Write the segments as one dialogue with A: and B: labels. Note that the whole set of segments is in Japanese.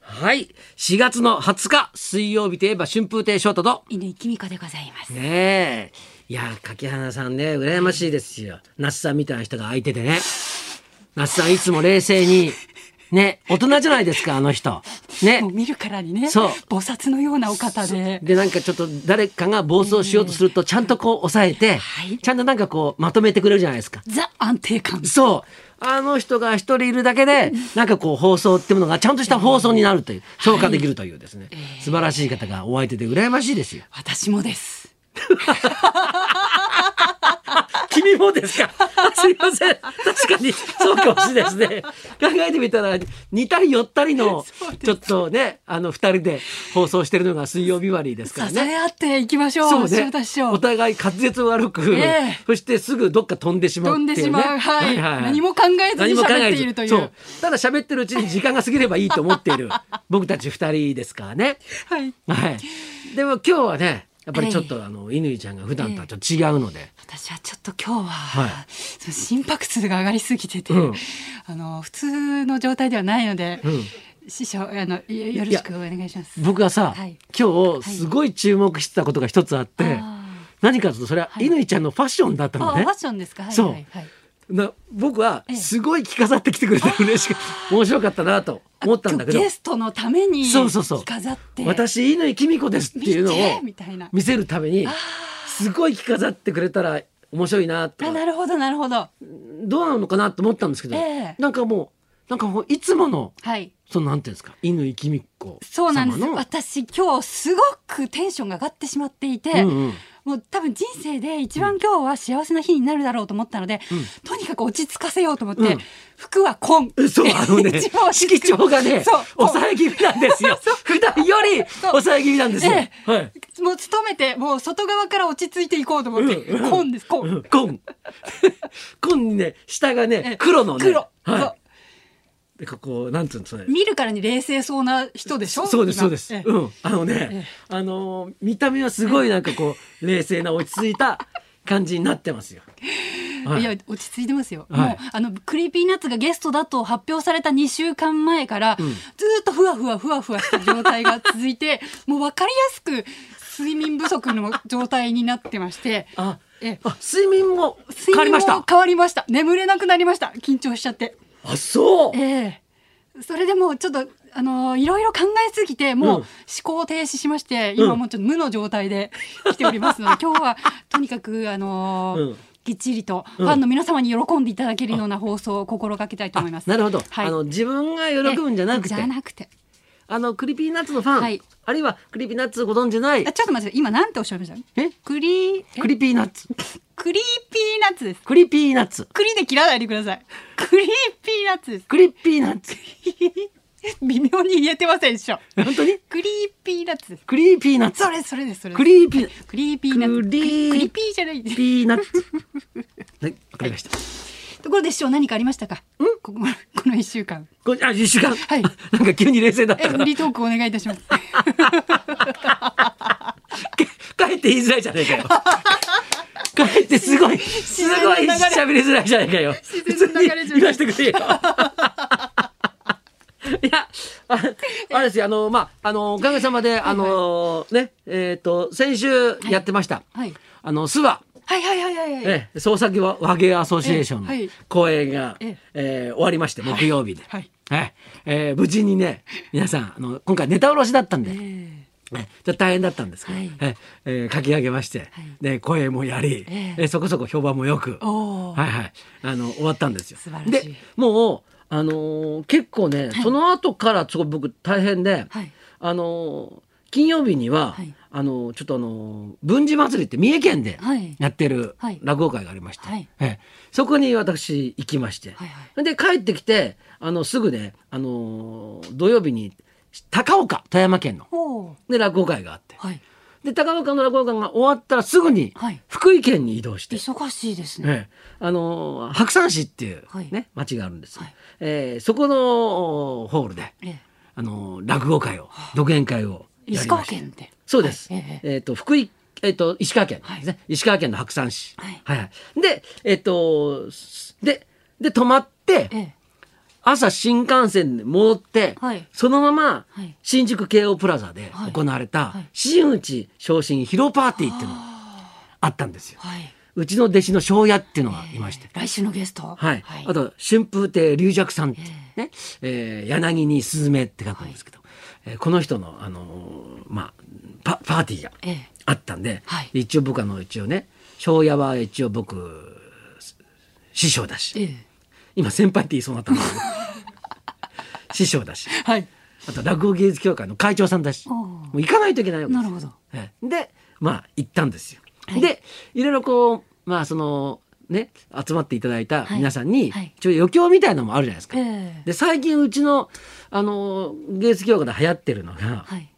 A: はい。4月の20日、水曜日といえば春風亭昇太と、
B: 犬井君子でございます。
A: ねえ。いや、柿花さんね、羨ましいですよ。那須さんみたいな人が相手でね。那須さんいつも冷静に、ね、大人じゃないですか、あの人。ね
B: もう。見るからにね、
A: そう
B: 菩薩のようなお方で。
A: で、なんかちょっと誰かが暴走しようとすると、ちゃんとこう抑えて
B: はい、
A: ちゃんとなんかこうまとめてくれるじゃないですか。
B: ザ安定感。
A: そう。あの人が一人いるだけで、なんかこう放送ってものがちゃんとした放送になるという、消化できるというですね、素晴らしい方がお相手で羨ましいですよ。
B: 私もです。
A: 君もですか すいません。確かに、そうかもしれないですね。考えてみたら、似たり寄ったりの、ちょっとね、あの、二人で放送してるのが水曜日割ですから
B: 支
A: ね。
B: え合っていきましょう。
A: そう
B: 塩
A: ね
B: 田師。匠
A: お互い滑舌悪く、
B: ええ
A: そしてすぐどっか飛んでしまう
B: 飛
A: ってい
B: ん
A: う、ね。
B: でしまう、はい何も考えずに喋っているという
A: そう。ただ喋ってるうちに時間が過ぎればいいと思って いる僕たち二人ですからね。
B: はい
A: はい。でも今日はね、やっぱりちょっとあの、乾ちゃんが普段とはちょっと違うので。
B: 私はちょっと今日は、
A: はい
B: その心拍数が上がりすぎてて、
A: うん
B: あの普通の状態ではないので、
A: うん
B: 師匠あのよよろしくお願いします。
A: 僕がさ、
B: はい
A: 今日すごい注目してたことが一つあって、
B: あ
A: 何かというとそれは
B: はい
A: 乾ちゃんのファッションだった
B: ー
A: の
B: あ、
A: ね
B: ファッ。ションですか。はい
A: そう
B: はいはい
A: な僕は
B: ええ
A: すごい着飾ってきてくれて嬉しく、面白かったなと思ったんだけど
B: 今日ゲストのために
A: そうそうそう
B: 着飾って
A: 私乾きみ子ですっていうのを
B: 見てみたいな
A: 見せるために
B: あ
A: すごい着飾ってくれたら面白いなと
B: あ
A: か
B: なるほどなるほど
A: どうなのかなと思ったんですけど、
B: ええ
A: なんかもうなんかもういつもの
B: はい
A: そのなんていうんですか乾きみ子
B: そうなんです
A: 様の
B: 私今日すごくテンションが上がってしまっていて、
A: うんうん
B: もう多分人生で一番今日は幸せな日になるだろうと思ったので、とにかく落ち着かせようと思って、
A: うん
B: 服は紺
A: えそう、あのね、
B: 一番落ち
A: 色
B: 着く
A: 調がね
B: そう、
A: 抑え気味なんです よ。普段より
B: そう
A: 抑え気味なんですよ。
B: え
A: はい。
B: もう勤めてもう外側から落ち着いていこうと思って、
A: うんうん
B: 紺です紺、
A: うん コン。コンにね、下が
B: え
A: ね
B: え、
A: 黒のね。
B: 黒、そう
A: はい。で、ここ、なんつうんですかね。
B: 見るからに冷静そうな人でしょ
A: そうです、
B: 今
A: そうです。
B: ええ
A: うん。あのね、あのー、見た目はすごいなんかこう、冷静な落ち着いた感じになってますよ。はい
B: いや落ち着いてますよ、
A: はい
B: もうあのクリーピーナッツがゲストだと発表された2週間前から、ずーっとふわふわふわふわした状態が続いて もう分かりやすく睡眠不足の状態になってまして
A: あ
B: ええ、
A: あ睡眠も変わり
B: 睡
A: ま
B: 眠
A: し
B: も
A: た。
B: 変わりました眠れなくなりました緊張しちゃって
A: あ、そう。
B: ええそれでもうちょっとあのーいろいろ考えすぎてもう
A: うん
B: 思考停止しまして、
A: う
B: 今
A: ん
B: もうちょっと無の状態で 来ておりま すので今日はとにかくあのー
A: うん
B: ぎっちりと
A: うん
B: ファンの皆様に喜んでいただけるような放送を心がけたいと思います。
A: なるほど。
B: はい
A: あの、自分が喜ぶんじゃなくて
B: じ。ゃなくて
A: あの、クリピーナッツのファン、
B: はい
A: あるいはクリピーナッツをご存じない
B: あ、ちょっと待ってください今なんておっしゃいました
A: え
B: クリえ
A: クリピーナッツ。
B: クリーピーナッツです
A: クリピーナッツ。
B: クリで切らないでくださいクリーピーナッツです
A: クリピーナッツ。
B: 微妙に言えてませんでしょ
A: 本当に
B: クリーピーナッツです
A: クリーピーナッツ
B: そ。れそれですそれです
A: クリーピー、
B: クリーピーナッツ
A: クリー
B: クリピーじゃない
A: ピーナッツ。はい、わかりました。
B: ところで師匠何かありましたかこここの一週間
A: こあ、一週間。
B: はい
A: なんか急に冷静だっ
B: え
A: たか
B: フ
A: ら。
B: リートークお願いいた します
A: 帰って言いづらいじゃない かよ。帰ってすごい、す
B: 然
A: ご
B: ない流れ
A: 喋りづらいじゃないかよ。
B: 自然な流れじゃない
A: 言わしてくれよ。 いや、ああれですよ、あの、まあ、あの、おかげさまで、あの、ね、えっ、と、先週やってました。
B: はい
A: あの、諏訪。
B: はいはいはいはいはい
A: ええ、創作和和芸アソシエーション
B: ええはい
A: の公演が、
B: ええ
A: えー終わりまして木曜日で、
B: はい
A: はいえー無事にね皆さんあの今回ネタ卸しだったんで、
B: え
A: ねち
B: ー
A: ょっと大変だったんですけど、
B: はい
A: えええー書き上げまして、
B: はい
A: で公演もやり、
B: ええ
A: でそこそこ評判もよく、
B: おー
A: はいはい、あの終わったんですよ。
B: 素晴らしい
A: でもう、あのー結構ね、その後からすごい僕大変で、
B: はい
A: あのー金曜日には、
B: はい
A: あのーちょっとあのー文治祭りって三重県で
B: はい
A: やってる
B: はい
A: 落語会がありまして、
B: はい
A: ええそこに私行きまして、
B: はい
A: で帰ってきてあのすぐね、あのー土曜日に高岡富山県の
B: おー
A: で落語会があって
B: はい
A: で高岡の落語会が終わったらすぐに
B: はい
A: 福井県に移動して、
B: 忙しいです
A: え
B: ね
A: えあのー白山市っていう、ね
B: はい
A: 町があるんですよ、
B: はい
A: ええそこのおーホールで。
B: え
A: あの落語会を独演会を
B: え
A: や
B: 石
A: りま
B: 川
A: した
B: 県で
A: そうです、
B: はい
A: え
B: え
A: っ、と福井えっ、と石川県ですね、石川県の白山市
B: はい
A: はいでえっ、とすでで泊まって、
B: ええ
A: 朝新幹線で戻って、
B: はい
A: そのまま
B: はい
A: 新宿京王プラザで
B: はい
A: 行われた
B: はい
A: 新内昇進披露パーティーっていうのがあったんですよ。
B: はい。
A: うちの弟子の庄屋っていうのがいまして。
B: 来週のゲスト。
A: はい。あと、春風亭龍尺さんっていうね、えー柳に雀って書くんですけど、えーこの人の、あのーまあ、パパーティーが
B: ええ
A: あったんで、
B: はい
A: 一応僕あの、一応ね、庄屋は一応僕、師匠だし、
B: ええ
A: 今先輩って言いそうになったん ですけど、師匠だし、
B: はい。
A: あと落語芸術協会の会長さんだし、
B: おー
A: もう行かないといけないわけです
B: なるほど
A: ええで、まあ行ったんですよ。
B: はい
A: で、いろいろこう、まあその、ね、集まっていただいた皆さんに、
B: はいはい
A: ちょ余興みたいのもあるじゃないですか。
B: ええ
A: で、最近うちの、あの、芸術業界で流行ってるのが、
B: はい。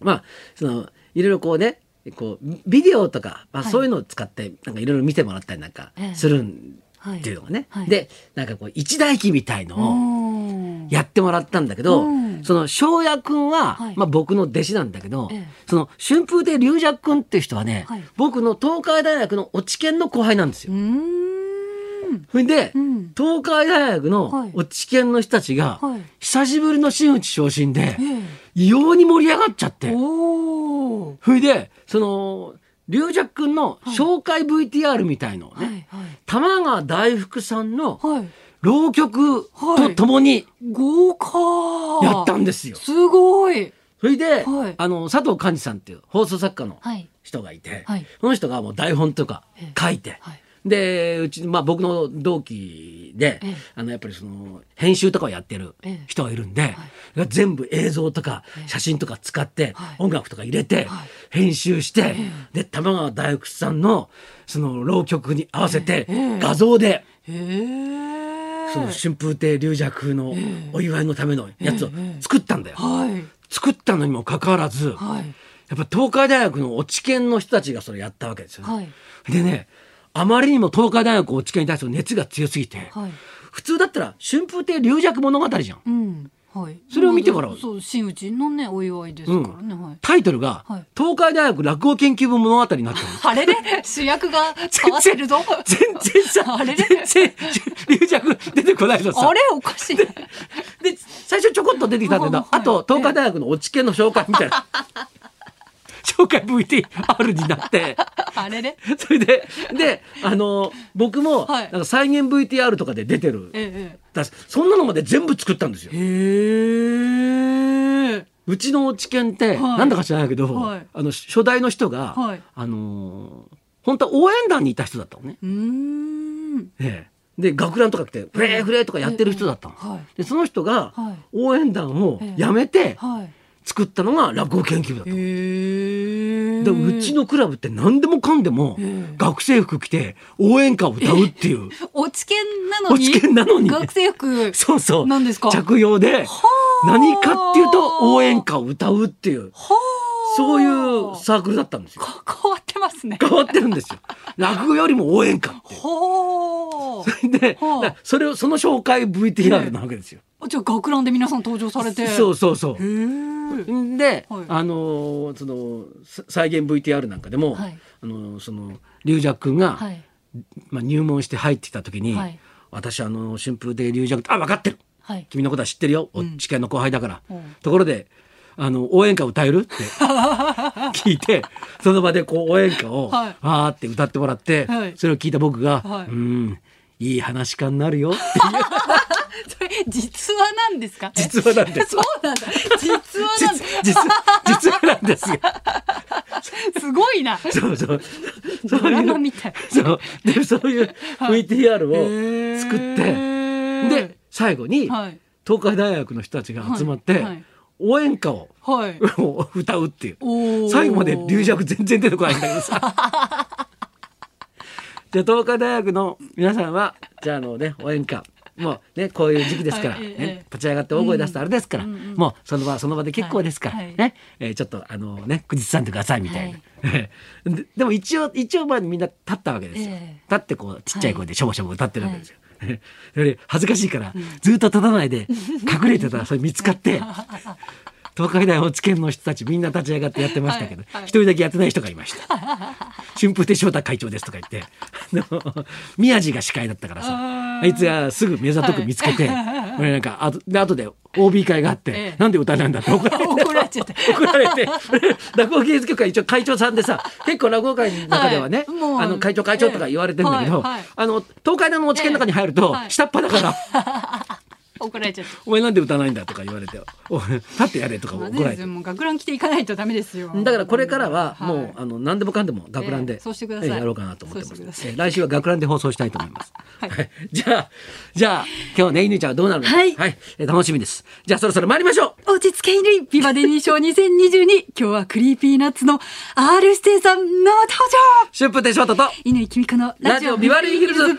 A: まあ、その、いろいろこうね、こうビデオとか、まあ、
B: はい
A: そういうのを使って、なんかいろいろ見てもらったりなんか
B: ええ
A: するん
B: はい。
A: っていうのがね、
B: はい
A: でなんかこう一大記みたいのを、
B: おー。
A: やってもらったんだけど、
B: うん
A: その翔也くんは、
B: はい
A: まあ、僕の弟子なんだけど、
B: ええ
A: その春風亭龍尺くんっていう人はね、
B: はい
A: 僕の東海大学の落研の後輩なんです
B: う
A: よ。
B: ーん。
A: それで、
B: うん
A: 東海大学
B: は
A: の
B: い
A: 落研の人たちが、
B: はい
A: 久しぶりの真打ち昇進で、
B: え
A: 異様に盛り上がっちゃって
B: え。おー。
A: それでその龍尺くんの紹介 VTR みたいのをね、
B: はい。はい。
A: 玉川大福さんの
B: はい。
A: 浪曲
B: は
A: と
B: い
A: ともに
B: 豪華
A: やったんですよ。
B: すごい
A: それで、
B: はい
A: あの佐藤寛治さんっていう放送作家の
B: はい
A: 人がいて、
B: はい
A: その人がもう台本とか
B: ええ
A: 書いて、
B: はい
A: でうち、まあ、僕の同期で、
B: ええ
A: あのやっぱりその編集とかをやってる
B: ええ
A: 人がいるんで、全部映像とか
B: ええ
A: 写真とか使って、
B: はい
A: 音楽とか入れて、
B: はい
A: 編集して、で玉川大福さんのその浪曲に合わせて、
B: ええ
A: 画像で。
B: へえ
A: その春風亭龍尺のお祝いのためのやつを作ったんだよ。
B: はい
A: 作ったのにもかかわらず、
B: はい
A: やっぱ東海大学の落研の人たちがそれやったわけですよね。
B: はい
A: でね、あまりにも東海大学落研に対する熱が強すぎて、
B: はい
A: 普通だったら春風亭龍尺物語じゃん。
B: うんはい
A: それを見てもらおう
B: そう真打ちのねお祝いですからね、はい
A: タイトルが、
B: はい
A: 東海大学落語研究部物語にな ってる。
B: あれね主役が変わってるぞ
A: 全然さ、
B: あれれ
A: 全然、龍尺出てこないのさ
B: あ。れおかしい
A: で、最初ちょこっと出てきたんだけど、
B: はい
A: あと東海大学の落研の紹介みたいな。紹介 VTR になって。
B: あれれ
A: それで、で、あの、僕も、
B: はい
A: なんか再現 VTR とかで出てる。
B: え
A: だしそんなのまで全部作ったんですよ
B: え。へえ
A: うちの知見って、
B: はい
A: なんだか知らないけど、
B: はい
A: あの、初代の人が、
B: はい
A: あのー本当は応援団にいた人だったのね。
B: うーん
A: ええで、学ランとかって、フレーフレーとかやってる人だったの。
B: ええはい
A: で、その人が
B: は、
A: 応援団を辞めて、
B: はい
A: 作ったのが落語研究部だったの。
B: へえ
A: でうちのクラブって何でもかんでも
B: ええ
A: 学生服着て応援歌を歌うっていう
B: 落ち研なの
A: 落
B: に
A: 研なのに
B: 学生服
A: そうそう。
B: なんですか
A: 着用で、
B: あ
A: 何かっていうと応援歌を歌うっていう、
B: はあ
A: そういうサークルだったんですよ。
B: か変わってますね。
A: 変わってるんですよ。落語よりも応援歌っていう。
B: ほー
A: で、だか
B: はあ
A: らそれを、その紹介 VTR なわけですよ。
B: あ。じゃあ学ランで皆さん登場されて。
A: そうそうそ
B: へー
A: う。んで、
B: はい
A: あのーそのさ再現 VTR なんかでも、
B: はい
A: あのーその龍尺君が、
B: はい
A: まあ、入門して入ってきた時に、
B: はい
A: 私あの春風亭龍尺あ分かってる
B: はい。
A: 君のことは知ってるよ、お知見の後輩だから、
B: うん
A: ところであの応援歌歌え るって聞いてその場でこう応援歌を
B: はい
A: わーって歌ってもらって、
B: はい
A: それを聞いた僕が「
B: はいう
A: ーんいい話家になる よ」って
B: それ実話なんですか。え
A: 実話なんです
B: そうなんだ。実話なんだ。
A: 実実実話なんですよ。
B: すごいな。
A: そうそう
B: ドラマみたい。
A: そうでそういう VTR を
B: へー
A: 作って、で最後に、
B: はい
A: 東海大学の人たちが集まって、
B: はいはい
A: 応援歌を
B: はい。
A: を歌うってい
B: お
A: う
B: ー
A: 最後まで龍尺全然出てこないんだけど さじゃあ東海大学の皆さんはじゃああのね応援歌もうねこういう時期ですから、
B: はいえええ
A: ね
B: え、
A: 立ち上がって大声出すとあれですから、
B: うんうんうん
A: もうその場その場で結構ですから、
B: はいはい
A: ね、えーちょっとあのね口ずさんでくださいみたいな、 ででも一応一応まあみんな立ったわけですよ、
B: ええ
A: 立ってこうちっちゃい声でしょぼしょぼ歌ってるわけですよ、 それで恥ずかしいからずっと立たないで隠れてたらそれ見つかって東海大大津県の人たちみんな立ち上がってやってましたけど
B: はいはい
A: 一人だけやってない人がいま した「春風亭昇太会長です」とか言ってあの宮地が司会だったからさ
B: あー
A: あいつがすぐ目ざとく見つけて、俺なんかあとで後で OB 会があって、
B: ええ
A: なんで歌なんだ って怒られて
B: 怒られちゃった。
A: 怒られて落語芸術協会一応会長さんでさ結構落語会の中ではね、
B: はいもう
A: あの会長会長とか言われてんだけど、
B: ええはいはい
A: あの東海大のお知見の中に入ると、
B: ええはい
A: 下っ端だから。
B: 怒られちゃった。
A: お前なんで歌わないんだとか言われて、おい立ってやれとか
B: ま
A: 怒
B: ず
A: ら
B: いで
A: れ
B: す
A: て
B: よ。。もう学ラン着ていかないとダメですよ。
A: だからこれからは
B: はい
A: もう、あの何でもかんでも学ランで、
B: ええそうしてください
A: ええやろうかなと思ってま
B: そうしてくだ
A: す。
B: さい
A: ええ来週は学ランで放送したいと思います。
B: はい
A: じゃあじゃあ今日ね犬ちゃんはどうなるのか。
B: はい
A: ええ楽しみです。じゃあそろそろ参りましょう。
B: 落ち着け衣類ビバデニー賞2022今日はクリーピーナッツの R ステイさん生登場
A: 春風亭昇太と
B: 乾きみかの
A: ラ
B: ラ
A: ジ
B: ジ
A: オ
B: オ
A: ビ
B: ビ
A: バ
B: バ
A: リ
B: リ
A: ー
B: ー
A: ヒ
B: ヒ
A: ル
B: ル
A: ズ
B: ズ